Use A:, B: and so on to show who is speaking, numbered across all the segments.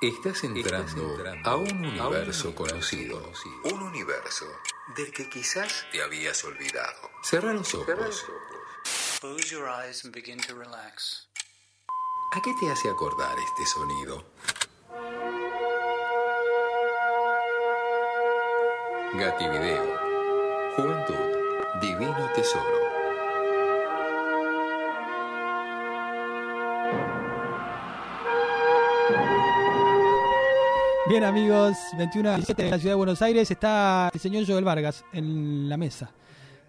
A: Estás entrando, a un universo, conocido, Un universo del que quizás te habías olvidado. Cerra los ojos.
B: Close your eyes and begin to relax.
A: ¿A qué te hace acordar este sonido? Gativideo. Juventud. Divino tesoro.
C: Bien amigos, 21 a 17 en la ciudad de Buenos Aires está el señor Joel Vargas en la mesa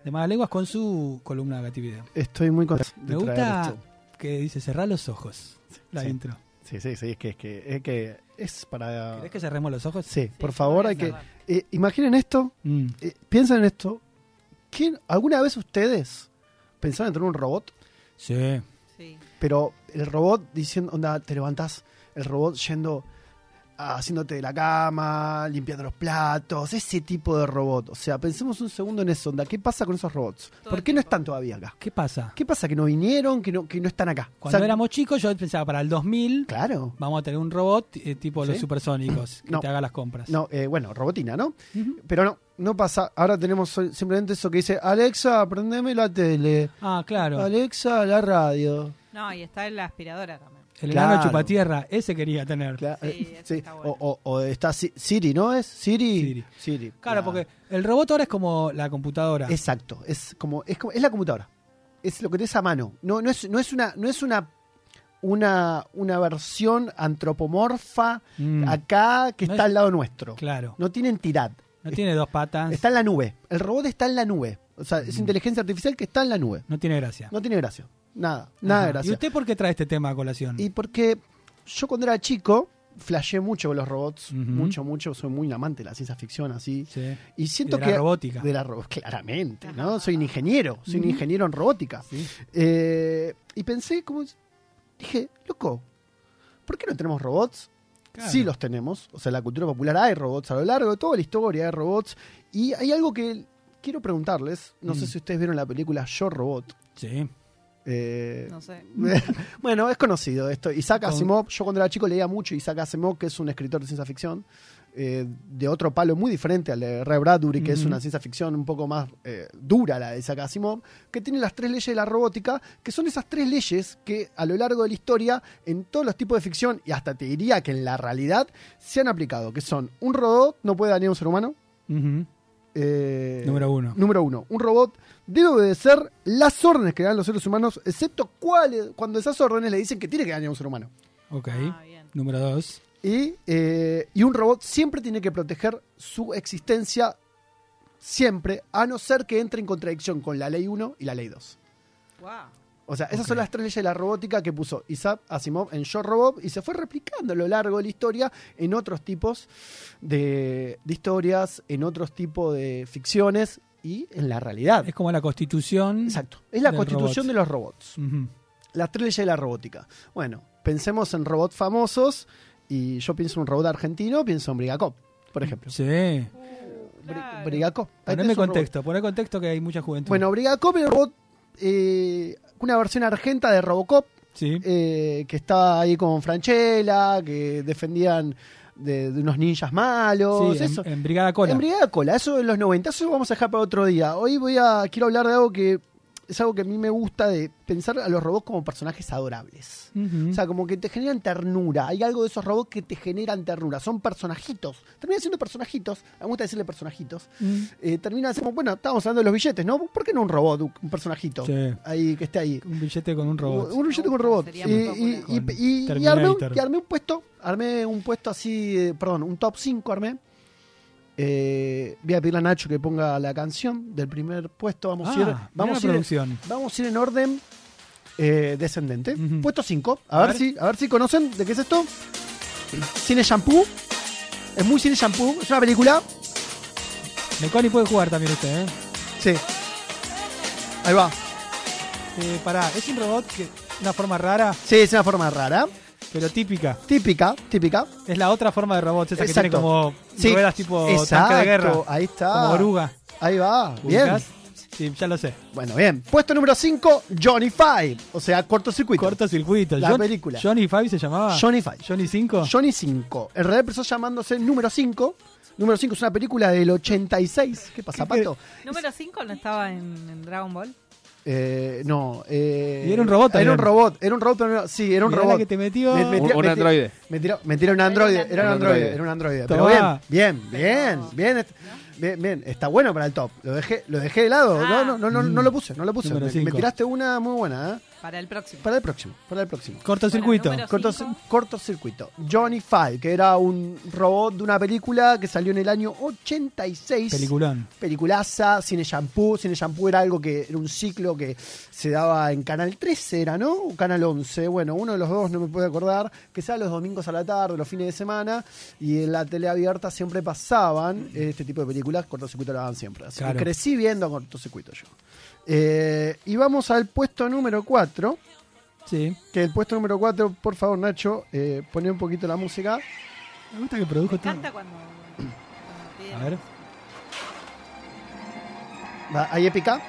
C: de Malalenguas con su columna de Gativideo.
D: Estoy muy contento. de
C: Me
D: traer
C: gusta
D: esto.
C: que dice cerrar los ojos la
D: sí.
C: intro.
D: Sí, sí, sí, es que es, que, es, que es para...
C: ¿Querés que cerremos los ojos?
D: Sí, por favor, hay que... eh, imaginen esto,
C: Mm.
D: eh, piensen en esto. ¿Quién, ¿Alguna vez ustedes pensaron en tener un robot?
C: Sí.
E: Sí.
D: Pero el robot diciendo, onda, te levantás, el robot yendo, ah, haciéndote de la cama, limpiando los platos, ese tipo de robot. O sea, pensemos un segundo en eso, onda, ¿qué pasa con esos robots?
E: Todo
D: ¿Por
E: el
D: qué no
E: tiempo.
D: están todavía acá?
C: ¿Qué pasa?
D: ¿Qué pasa que no vinieron, que no, que no están acá? O
C: Cuando
D: sea,
C: éramos chicos yo pensaba para el 2000
D: Claro.
C: vamos a tener un robot eh, tipo los
D: ¿Sí?
C: supersónicos que
D: No.
C: te haga las compras.
D: No, eh, bueno, robotina, ¿no?
C: Ujú.
D: Pero no, no pasa. Ahora tenemos sol- simplemente eso que dice, Alexa, prendeme la tele.
C: Ah, claro.
D: Alexa, la radio.
E: No, y está la aspiradora también.
C: El enano
D: Claro.
C: chupatierra, ese quería tener. Claro,
D: Cla-
E: Sí,
D: eh,
E: eso está bueno.
D: O, o- o está Si- Siri, ¿no es? Siri.
C: Siri.
D: Siri. Ah.
C: porque el robot ahora es como la computadora.
D: Exacto. Es como, es como- es la computadora. Es lo que tenés a mano. No, no es, no es una, no es una, una, una versión antropomorfa
C: Mm.
D: acá que
C: No
D: está
C: es-
D: al lado nuestro.
C: Claro.
D: No tiene entidad.
C: No tiene dos patas.
D: Está en la nube. El robot está en la nube. O sea,
C: Mm.
D: es inteligencia artificial que está en la nube.
C: No tiene gracia.
D: No tiene gracia. Nada, nada
C: Ajá.
D: de
C: ¿Y
D: gracia.
C: usted por qué trae este tema a colación?
D: Y porque yo cuando era chico, flashé mucho con los robots,
C: Ujú.
D: mucho, mucho, soy muy amante de la ciencia ficción, así.
C: Sí.
D: Y siento
C: Y de la
D: que...
C: robótica.
D: De la ro- claramente, ¿no? Soy un ingeniero, soy un ingeniero en robótica.
C: Sí.
D: Eh, y pensé, como... Dije, loco, ¿por qué no tenemos robots?
C: Claro.
D: Sí los tenemos, o sea, en la cultura popular hay robots a lo largo de toda la historia, hay robots. Y hay algo que quiero preguntarles, no sé
C: Mm.
D: si ustedes vieron la película Yo Robot.
C: Sí.
D: Eh,
E: No sé.
D: bueno, es conocido esto. Isaac
C: Con-
D: Asimov, yo cuando era chico leía mucho Isaac Asimov, que es un escritor de ciencia ficción, eh, de otro palo muy diferente al de Ray Bradbury, que es
C: Ujú.
D: una ciencia ficción un poco más eh, dura la de Isaac Asimov, que tiene las tres leyes de la robótica, que son esas tres leyes que a lo largo de la historia, en todos los tipos de ficción, y hasta te diría que en la realidad, se han aplicado, que son un robot no puede dañar a un ser humano.
C: Ujú.
D: eh,
C: Número uno.
D: Número uno, un robot debe obedecer las órdenes que dan los seres humanos, excepto cuáles- cuando esas órdenes le dicen que tiene que dañar a un ser humano.
C: Ok.
E: Ah, bien.
C: Número dos.
D: Y, eh, y un robot siempre tiene que proteger su existencia, siempre, a no ser que entre en contradicción con la ley 1 y la ley 2.
E: Wow.
D: O sea, esas
C: Ok.
D: son las tres leyes de la robótica que puso Isaac Asimov en Yo Robot y se fue replicando a lo largo de la historia en otros tipos de, de historias, en otros tipos de ficciones y en la realidad.
C: Es como la constitución.
D: Exacto. Es la
C: del
D: constitución
C: robot.
D: de los robots.
C: Ujú.
D: Las tres leyes de la robótica. Bueno, pensemos en robots famosos y yo pienso en un robot argentino, pienso en Brigacop, por ejemplo.
C: Sí.
D: Bri-
E: Claro.
D: Brigacop. Ahí
C: Poneme
D: tenés un
C: contexto. Poné contexto que hay mucha
D: robot.
C: juventud.
D: Bueno, Brigacop era un robot, eh, una versión argenta de Robocop,
C: Sí.
D: eh, que estaba ahí con Franchella, que defendían de, de unos ninjas malos.
C: Sí,
D: eso.
C: en, en Brigada Cola.
D: En Brigada Cola, eso en los 90, eso lo vamos a dejar para otro día. Hoy voy a quiero hablar de algo que es algo que a mí me gusta de pensar a los robots como personajes adorables.
C: Ujú.
D: O sea, como que te generan ternura. Hay algo de esos robots que te generan ternura. Son personajitos. Terminan siendo personajitos. A mí me gusta decirle personajitos.
C: Mm.
D: Eh, terminan siendo, bueno, estábamos hablando de los billetes, ¿no? ¿Por qué no un robot, un personajito?
C: Sí.
D: Ahí, que esté ahí.
C: Un billete con un robot.
D: Un billete con robot.
E: Robot, sería
D: Y,
E: muy
D: y-
E: popular.
D: y- y-
C: Con
D: y armé un,
C: Terminator.
D: y armé un puesto, armé un puesto así, eh, perdón, un top 5 armé. Eh, voy a pedirle a Nacho que ponga la canción del primer puesto. Vamos
C: Ah,
D: a ir,
C: mirá la
D: vamos a ir,
C: producción.
D: vamos a ir en orden eh, descendente.
C: Ujú.
D: Puesto 5. A,
C: A
D: ver,
C: ver.
D: si, a ver si conocen de qué es esto. Cine Shampoo. Es muy Cine Shampoo. Es una película.
C: Meconi puede jugar también usted, ¿eh?
D: Sí. Ahí va.
C: Eh, Pará, es un robot que una forma rara,
D: Sí, es una forma rara.
C: pero típica.
D: Típica, típica.
C: Es la otra forma de robots, esa que
D: Exacto.
C: tiene como
D: Sí,
C: ruedas tipo
D: exacto,
C: tanque de guerra.
D: Ahí está.
C: Como oruga.
D: Ahí va, bien.
C: ¿Ubicás? Sí, ya lo sé.
D: Bueno, bien. Puesto número 5, Johnny Five. O sea, cortocircuito.
C: Cortocircuito.
D: La
C: John-
D: película.
C: Johnny Five se llamaba.
D: Johnny Five.
C: Johnny 5.
D: Johnny 5. En realidad empezó llamándose Número 5. Número 5 es una película del 86. ¿Qué pasa, Pato?
E: Número 5 no estaba en, en Dragon Ball.
D: Eh, no. eh,
C: Y era un robot
D: Era un
C: también.
D: robot. Era un robot, pero no- sí, era un
C: Mirá la
D: robot.
C: que te metió.
D: Me- me
F: Un-
D: tiró-
F: un
D: me ti-
F: androide.
D: Me tiró, me tiró un androide. Era un androide.
F: androide.
D: Era un androide. Pero
C: Tomá.
D: bien, bien, bien,
E: Pero-
D: bien, est- bien, bien. Está bueno para el top. Lo dejé, lo dejé de lado. No,
E: Ah.
D: no, no, no, no lo puse, no lo puse.
C: Número
D: Me, me
C: cinco.
D: tiraste una muy buena, ¿eh?
E: Para el próximo.
D: Para el próximo, para el próximo.
C: Cortocircuito.
E: Bueno, número-
D: Cortos-
E: Cinco.
D: cortocircuito. Johnny Five, que era un robot de una película que salió en el año 86.
C: Peliculón.
D: Peliculaza, Cine Shampoo. Cine Shampoo era algo que era un ciclo que se daba en Canal 13, era, ¿no? O Canal 11. Bueno, uno de los dos, no me puedo acordar. Que sea los domingos a la tarde, los fines de semana. Y en la tele abierta siempre pasaban este tipo de películas. Cortocircuito lo daban siempre. Así que
C: Claro.
D: crecí viendo cortocircuito yo. Eh, y vamos al puesto número 4.
C: Sí.
D: Que el puesto número 4, por favor, Nacho, eh, poné un poquito la música.
C: Me gusta que produjo
E: Me
C: todo.
E: encanta cuando. cuando piden-
C: A ver.
D: Va, Ahí épica,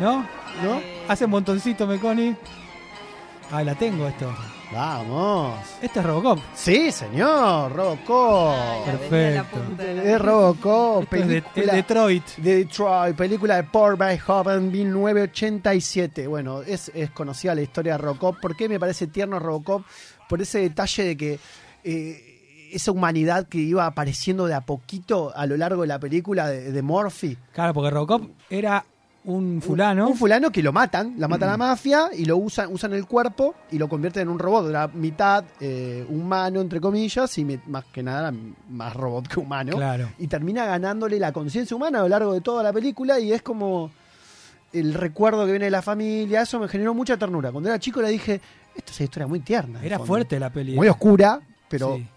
C: ¿No?
E: La
D: ¿no?
E: de-
C: Hace un montoncito, Meconi. Ah, la tengo esto.
D: Vamos.
C: Esto es Robocop.
D: Sí, señor,
E: Ay, la
D: Robocop.
E: tenía en la
C: Perfecto.
E: punta de la
D: Es Robocop,
C: Esto es de, es
D: oh, película de,
C: Detroit.
D: Detroit, película de Paul Verhoeven, 1987. Bueno, es, es conocida la historia de Robocop. ¿Por qué me parece tierno Robocop? Por ese detalle de que eh, esa humanidad que iba apareciendo de a poquito a lo largo de la película de, de Murphy.
C: Claro, porque Robocop era un fulano. Mm.
D: Un fulano que lo matan, la mata la mafia y lo usan, usan el cuerpo y lo convierten en un robot. Era mitad eh, humano, entre comillas, y mi- más que nada era más robot que humano.
C: Claro.
D: Y termina ganándole la conciencia humana a lo largo de toda la película y es como el recuerdo que viene de la familia. Eso me generó mucha ternura. Cuando era chico le dije, esto es una historia muy tierna. en el
C: Era
D: fondo.
C: fuerte la peli.
D: Muy oscura, pero
C: Sí,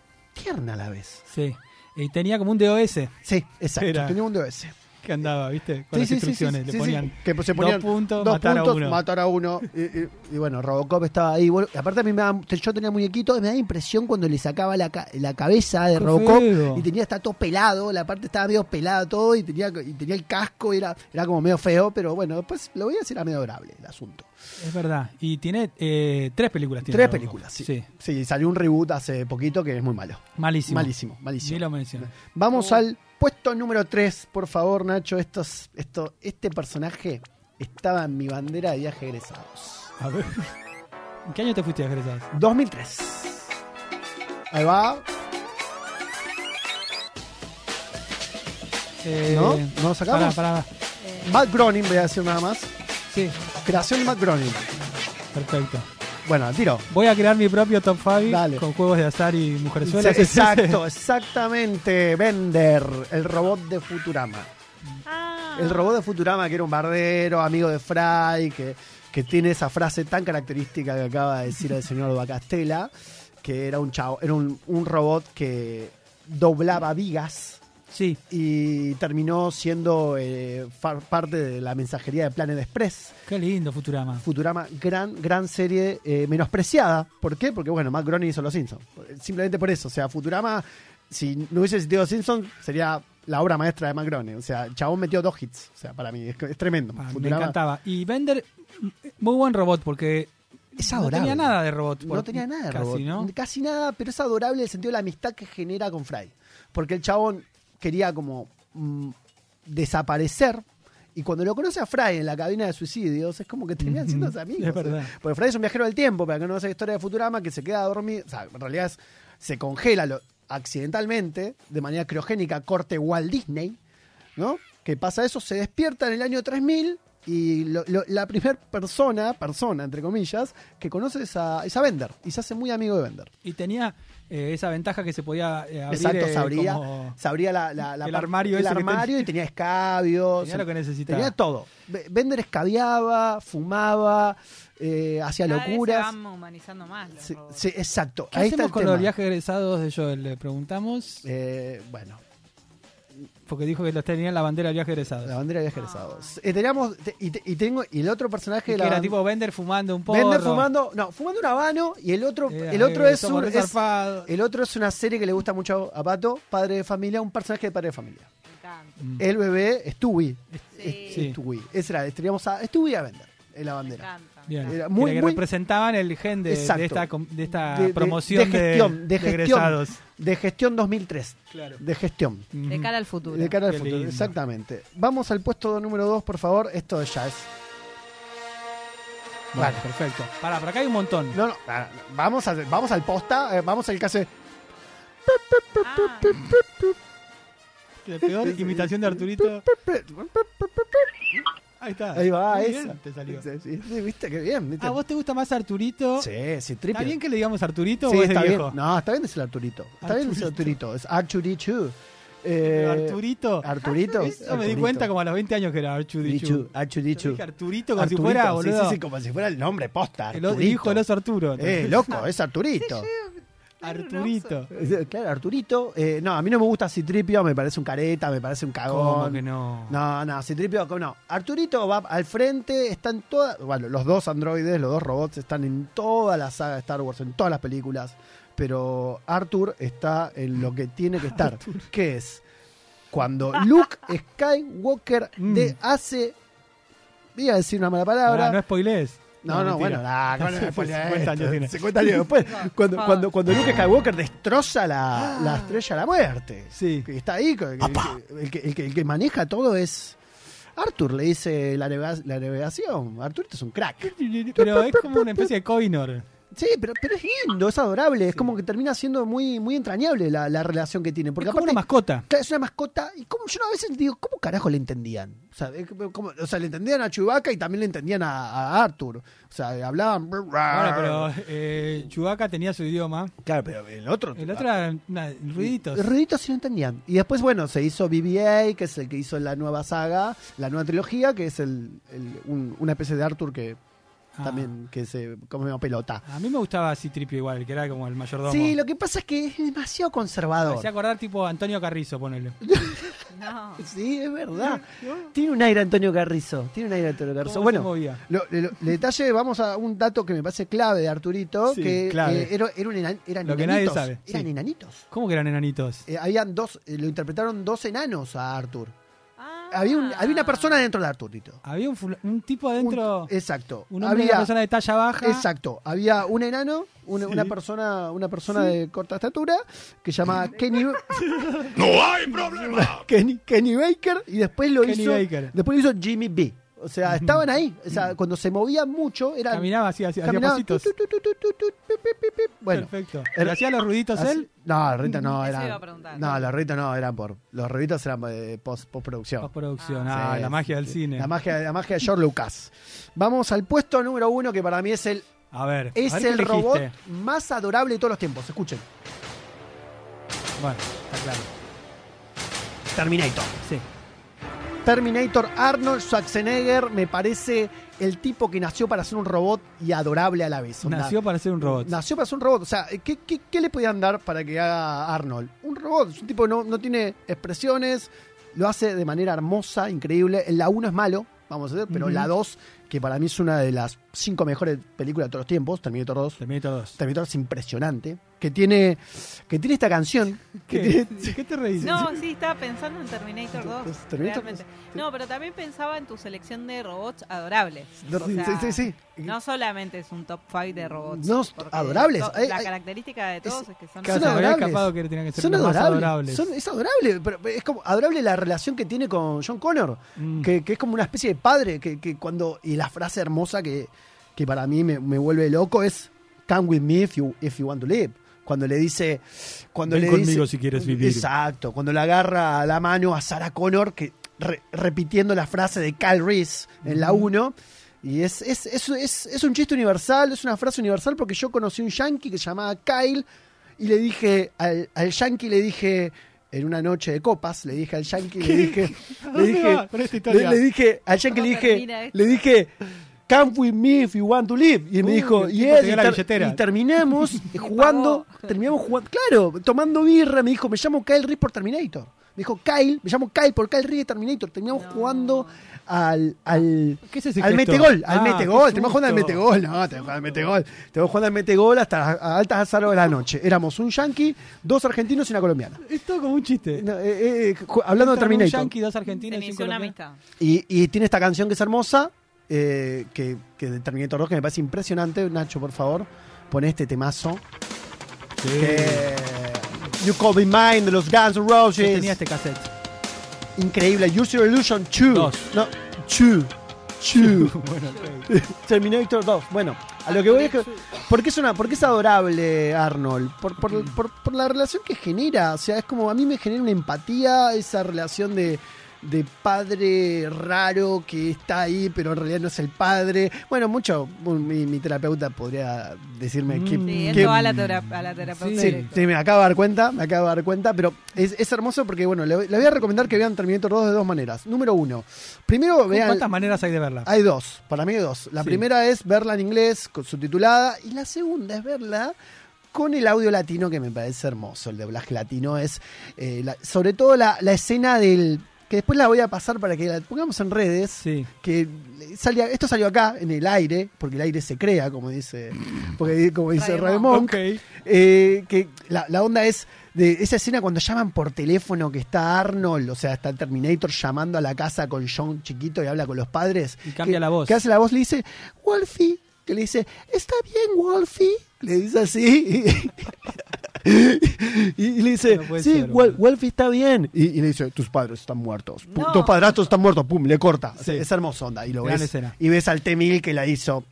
D: tierna a la vez.
C: sí. Y tenía como un DOS
D: Sí, exacto.
C: Era-
D: Tenía un DOS.
C: que andaba, ¿viste? Con las
D: Sí, sí, sí,
C: instrucciones.
D: sí,
C: Le
D: sí, sí.
C: ponían
D: que se ponían
C: dos puntos,
D: dos
C: matar
D: puntos,
C: a uno.
D: matar a uno. Y, y- y bueno, Robocop estaba ahí. Bueno, aparte, a mí me da- yo tenía muñequito y me da impresión cuando le sacaba la, ca- la cabeza
C: Qué
D: de Robocop
C: feo.
D: y tenía, estaba todo pelado. La parte estaba medio pelada todo y tenía, y tenía el casco. y Era, era como medio feo, pero bueno, después lo veía y era medio adorable el asunto.
C: Es verdad. Y tiene eh, tres películas. Tiene
D: Tres
C: Robocop.
D: películas, sí. sí. salió un reboot hace poquito que es muy malo.
C: Malísimo.
D: Malísimo, malísimo.
C: Ni lo mencioné.
D: Vamos al puesto número 3, por favor, Nacho. Estos, esto, este personaje estaba en mi bandera de viaje egresados.
C: A ver. ¿En qué año te fuiste a egresados?
D: 2003. Ahí va,
C: Eh,
D: ¿no? ¿No lo
C: Pará,
D: sacamos?
C: pará.
D: Matt Groening, voy a decir nada más.
C: Sí,
D: Creación de Matt Groening.
C: perfecto.
D: Bueno, al tiro.
C: Voy a crear mi propio top 5
D: Dale.
C: con juegos de azar y mujerzuelas.
D: Exacto, exactamente. Bender, el robot de Futurama.
E: Ah.
D: El robot de Futurama, que era un bardero, amigo de Fry, que, que tiene esa frase tan característica que acaba de decir el señor Bacastela, que era un chavo, era un, un robot que doblaba vigas
C: Sí,
D: y terminó siendo eh, far- parte de la mensajería de Planet Express.
C: qué lindo Futurama.
D: Futurama, gran, gran serie eh, menospreciada. ¿Por qué? Porque, bueno, Matt Groening hizo Los Simpsons. Simplemente por eso. O sea, Futurama, si no hubiese existido Los Simpsons, sería la obra maestra de Matt Groening. O sea, el Chabón metió dos hits. O sea, para mí es, es tremendo.
C: Ah, me
D: Futurama
C: encantaba. Y Bender, m- muy buen robot porque
D: es
C: no
D: adorable.
C: tenía nada de robot.
D: No
C: por-
D: tenía nada de
C: casi,
D: robot.
C: ¿no?
D: Casi nada, pero es adorable el sentido de la amistad que genera con Fry. Porque el chabón quería como mm, desaparecer. Y cuando lo conoce a Fry en la cabina de suicidios, es como que terminan siendo
C: Ujú,
D: amigos. ¿eh?
C: es verdad.
D: Porque Fry es un viajero del tiempo, para que no conoce la historia de Futurama, que se queda dormido. O sea, en realidad es- se congela lo- accidentalmente, de manera criogénica, corte Walt Disney. ¿no? Que pasa eso, se despierta en el año 3000 y lo- lo- la primera persona, persona entre comillas, que conoce es a, es a Bender y se hace muy amigo de Vender.
C: Y tenía eh, esa ventaja que se podía eh, abrir
D: Exacto,
C: eh,
D: se abría,
C: como-
D: se abría la, la- la
C: el
D: par-
C: armario
D: el
C: ese que
D: armario
C: ten-
D: y tenía escabio,
C: Tenía lo que necesitaba.
D: tenía todo. Be- Bender escabiaba, fumaba, eh, hacía
E: Cada vez
D: locuras.
E: se van humanizando más. Los
D: Sí,
E: robots.
D: sí, exacto.
C: ¿Qué
D: Ahí está
C: hacemos
D: el
C: con
D: tema.
C: los viajes egresados de Joel? Le preguntamos.
D: Eh, bueno,
C: porque dijo que los tenían la bandera de viaje egresado.
D: La bandera de viaje egresado. Eh, teníamos, te- y, te- y tengo, y el otro personaje de
C: que
D: la
C: era
D: ban-
C: tipo Bender fumando un poco.
D: Bender fumando, no, fumando un habano y el otro, el
C: eh,
D: otro es un, es- eh, el otro es una serie que le gusta mucho a Pato, Padre de Familia, un personaje de Padre de Familia.
E: Me encanta.
D: El bebé Stewie,
E: Sí,
C: Sí.
D: Stewie, esa era, teníamos a Stewie a Bender en la
E: me
D: bandera.
E: encanta. me
C: Bien.
E: encanta.
D: Era muy-
C: muy, que
D: muy-
C: representaban el gen de, de
D: Exacto.
C: esta, com- de esta
D: De- de-
C: promoción
D: de
C: de,
D: gestión, de
C: de
D: gestión.
C: egresados.
D: De gestión 2003,
C: Claro.
D: de gestión.
E: De cara al futuro.
D: De cara al
C: Qué
D: futuro,
C: lindo.
D: exactamente. Vamos al puesto número 2, por favor. Esto ya es.
C: Bueno,
D: Vale.
C: perfecto. Pará, por acá hay un montón.
D: No, no, ah, vamos, al- vamos al posta, eh, vamos al caso. de-
E: Ah,
C: La peor imitación de Arturito. Ahí está.
D: Ahí va,
C: Muy
D: esa.
C: bien, te salió.
D: Sí, sí, sí, ¿Viste qué bien? ¿viste?
C: ¿A vos te gusta más Arturito?
D: Sí, sí,
C: ¿Está
D: triple.
C: bien que le digamos Arturito
D: Sí,
C: o es de
D: está bien.
C: viejo?
D: No, está bien decir Arturito. Está bien decir Arturito. Es Archurichu.
C: Pero
D: Eh,
C: Arturito.
D: Arturito.
C: Eso me di cuenta como a los 20 años que era Archurichu.
D: Dichu, Archurichu.
C: Yo dije Arturito como
D: Arturito,
C: si fuera,
D: sí,
C: boludo.
D: Sí, sí, como si fuera el nombre posta.
C: el, o- el
D: Arturito.
C: hijo del oso Arturo.
D: Eh, loco, es Arturito.
C: Arturito.
D: Eh, Claro, Arturito. Eh, no, a mí no me gusta Citripio, me parece un careta, me parece un
C: ¿Cómo
D: cagón.
C: que no?
D: No, no, Citripio, ¿cómo no. Arturito va al frente, están todas. Bueno, los dos androides, los dos robots están en toda la saga de Star Wars, en todas las películas. Pero Arthur está en lo que tiene que estar, que es cuando Luke Skywalker le hace. Voy a decir una mala palabra.
C: Mm. Pará, no spoilees.
D: No, no,
C: mentira.
D: bueno, nah, ¿cuál era?
C: 50 años tiene.
D: 50 años después. Cuando,
E: Ah.
D: cuando, cuando Luke Skywalker destroza la, la estrella de la muerte.
C: Sí.
D: Que está ahí, que- que- que- el, que, el que- el que maneja todo es. Arthur le dice la, navega- la navegación. Arthur es un crack.
C: Pero es como una especie de Coinor.
D: Sí, pero, pero es lindo, es adorable. Es como que termina siendo muy, muy entrañable la, la relación que tiene. Porque
C: es como una
D: aparte-
C: mascota.
D: Claro, es una mascota. Y como yo a veces digo, ¿cómo carajo le entendían? O sea, es como- como- o sea, le entendían a Chewbacca y también le entendían a, a Arthur. O sea, hablaban.
C: Ahora, pero eh, Chewbacca tenía su idioma.
D: Claro, pero el otro.
C: El otro era una- ruiditos.
D: Ruiditos sí lo entendían. Y después, bueno, se hizo BBA, que es el que hizo la nueva saga, la nueva trilogía, que es el, el- un- una especie de Arthur que
C: Ah.
D: también que se come una pelota.
C: A mí me gustaba así Tripio igual, que era como el mayordomo.
D: Sí, lo que pasa es que es demasiado
C: Me
D: conservador.
C: hacía acordar tipo Antonio Carrizo, ponele.
E: no.
D: Sí, es verdad. Tiene un aire Antonio Carrizo. Tiene un aire Antonio Carrizo.
C: ¿Cómo
D: Bueno,
C: se movía?
D: Lo, lo- lo- detalle, vamos a un dato que me parece clave de Arturito,
C: Sí,
D: que
C: clave.
D: eh, era- era un enan- eran
C: Lo que nadie
D: enanitos.
C: sabe,
D: Eran
C: sí.
D: enanitos.
C: ¿Cómo que eran enanitos?
D: Eh, habían dos, eh, lo interpretaron dos enanos a Artur.
E: Ah.
D: Había, un- había una persona dentro de Arturito.
C: Había un, fula- un tipo
D: Un-
C: adentro,
D: exacto.
C: un hombre y una
D: había,
C: persona de talla baja.
D: exacto. Había un enano, un- una persona, una persona de corta estatura, que se llama Kenny. ¡No hay problema! Kenny, Kenny Baker, y después lo
C: Kenny
D: hizo.
C: Baker.
D: Después lo hizo Jimmy B. O sea, estaban ahí. O sea, cuando se movían mucho, eran.
C: Caminaba así, hacía hacía
D: Caminaba,
C: pasitos.
D: tu, tu, tu, tu, tu, tu, pip, pip, pip, pip. Bueno.
C: Perfecto.
D: Era-
C: ¿Le hacía los ruiditos
D: así-
C: él?
D: No, los ruiditos no
E: Eso
D: eran.
E: iba a preguntar.
D: No, los ruiditos no eran por. Los ruiditos eran de post, postproducción.
C: Postproducción.
D: Sí,
C: Ah, la
D: sí,
C: magia del
D: sí.
C: cine.
D: La magia, la magia de George Lucas. Vamos al puesto número uno, que para mí es el,
C: A ver.
D: es
C: a ver qué
D: el
C: elegiste.
D: robot más adorable de todos los tiempos. Escuchen.
C: Bueno, está claro.
D: Terminator.
C: Sí.
D: Terminator Arnold Schwarzenegger me parece el tipo que nació para ser un robot y adorable a la vez. Onda,
C: Nació para ser un robot.
D: Nació para ser un robot. O sea, ¿qué, qué, qué le podían dar para que haga Arnold? Un robot. Es un tipo que no, no tiene expresiones, lo hace de manera hermosa, increíble. La 1 es malo, vamos a decir, pero
C: Ujú.
D: la 2, que para mí es una de las cinco mejores películas de todos los tiempos, Terminator 2.
C: Terminator 2.
D: Terminator es impresionante. Que tiene, que tiene esta canción. Que
C: ¿Qué?
D: tiene-
C: ¿Qué te reís?
E: No, sí, estaba pensando en Terminator 2.
D: Terminator
E: realmente. No, pero también pensaba en tu selección de robots adorables. O sea,
D: sí, sí, sí.
E: No solamente es un top 5 de robots.
D: No,
E: porque
D: adorables.
E: to-
D: Hay-
E: la
D: hay-
E: característica de todos
D: es-
E: es, que son
D: Claro,
C: Se me había
D: adorables.
C: escapado que tenían que ser
D: Son
C: los más
D: adorables.
C: adorables.
D: Son- es adorable. Pero es como adorable la relación que tiene con John Connor.
C: Mm.
D: que, que es como una especie de padre que, que cuando y la frase hermosa que, que para mí me, me vuelve loco es come with me if you if you want to live cuando le dice cuando
C: Ven
D: le
C: conmigo
D: dice-
C: si quieres vivir.
D: exacto cuando le agarra a la mano a Sarah Connor que re- repitiendo la frase de Cal Reese en la 1 y es, es, es, es, es un chiste universal, es una frase universal porque yo conocí un yankee que se llamaba Kyle y le dije al, al yankee le dije en una noche de copas, le dije al yankee le dije le
C: ¿Dónde
D: dije
C: va con esta
D: le,
C: historia?
D: le dije al yankee le
E: ¿Cómo termina
D: dije
E: esto?
D: le dije come with me if you want to live y él me
C: Uh,
D: dijo
C: el tipo
D: yes
C: te dio
D: y,
C: la
D: ter-
C: billetera.
D: y terminamos jugando
E: pagó.
D: terminamos jugando claro tomando birra me dijo me llamo Kyle Reese por Terminator dijo Kyle, me llamo Kyle por Kyle Ríe Terminator. Terminamos
E: No.
D: jugando al, al,
C: ¿Qué es ese
D: al
C: gesto?
D: metegol, al
C: Ah,
D: metegol,
C: qué
D: te jugando al
C: susto.
D: metegol, no, te jugando al metegol, te jugando al metegol hasta las a altas horas de la noche. Éramos un yanqui, dos argentinos y una colombiana.
C: Es todo como un chiste.
D: No, eh, eh, ju- hablando
C: Entran
D: de
C: un
D: Terminator.
C: yankee, dos
E: Se
C: argentinos,
E: me
C: y un
E: hizo una
C: colombiano.
E: amistad.
D: Y, y tiene esta canción que es hermosa, eh, que, que de Terminator 2, que me parece impresionante. Nacho, por favor, pon este temazo. que- You Call Me Mine de los Guns
C: Yo
D: N' Roses.
C: tenía este cassette.
D: Increíble. Use Your Illusion 2.
C: Dos.
D: No, 2. 2.
C: Bueno, ok.
D: Terminator 2. Bueno, a lo que voy es que. ¿Por qué es, una, por qué es adorable Arnold? Por, por,
C: Mm.
D: por- por la relación que genera. O sea, es como a mí me genera una empatía esa relación de, de padre raro que está ahí, pero en realidad no es el padre. Bueno, mucho. un- Mi, mi terapeuta podría decirme que.
C: Mm.
E: Sí,
D: que-
E: esto va a la, tera- a la terapeuta.
C: Sí.
E: directo.
D: Sí, me acabo de dar cuenta, me acabo de dar cuenta, pero es, es hermoso porque, bueno, le, le voy a recomendar que vean Terminator 2 de dos maneras. Número uno, primero vean...
C: ¿Cuántas maneras hay de verla?
D: Hay dos, para mí hay dos. La
C: Sí.
D: primera es verla en inglés, con- subtitulada, y la segunda es verla con el audio latino, que me parece hermoso. El doblaje latino es, eh, la- sobre todo la, la escena del... que después la voy a pasar para que la pongamos en redes
C: Sí.
D: que salía, esto salió acá en el aire, porque el aire se crea, como dice, porque, como dice
E: Radio
D: Radio Monk,
E: Monk.
D: eh, que la, la onda es de esa escena cuando llaman por teléfono que está Arnold, o sea, está Terminator llamando a la casa con John chiquito y habla con los padres.
C: Y cambia
D: que-
C: la voz.
D: Que hace la voz, le dice, Wolfie, que le dice, está bien, Wolfie, le dice así. Y, y le dice,
C: No puede
D: sí,
C: ser,
D: Wel-
C: boludo".
D: Wolfie está bien. Y, y le dice, tus padres están muertos. Pum,
E: No.
D: Tus padrastros están muertos. Pum, le corta. O sea,
C: Sí.
D: Es hermoso, onda. Y lo
C: Gran
D: ves.
C: escena.
D: Y ves al T-1000 que la hizo,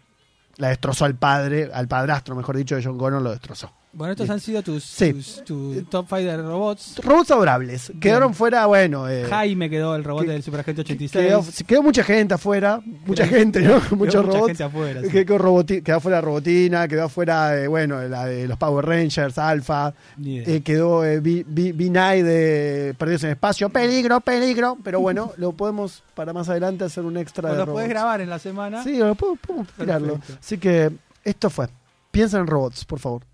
D: la destrozó al padre, al padrastro, mejor dicho, de John Connor, lo destrozó.
C: Bueno, estos han sido tus,
D: Sí.
C: tus- tu top 5 de robots.
D: Robots adorables. Quedaron fuera, bueno. eh,
C: Jaime quedó el robot
D: que-
C: del Superagente 86.
D: quedó, quedó mucha gente afuera. Mucha gente, ¿no? Muchos
C: mucha
D: robots.
C: gente afuera, sí.
D: Que- que Roboti- quedó fuera Robotina, quedó fuera, eh, bueno, la de los Power Rangers, Alpha.
C: Ni idea.
D: Eh, quedó eh, B- B- B9 de eh, Perdidos en Espacio. Peligro, peligro. Pero bueno, lo podemos para más adelante hacer un extra
C: O
D: de
C: lo puedes
D: robots.
C: grabar en la semana.
D: Sí, lo puedo, podemos tirarlo.
C: Perfecto.
D: Así que esto fue. Piensa en robots, por favor.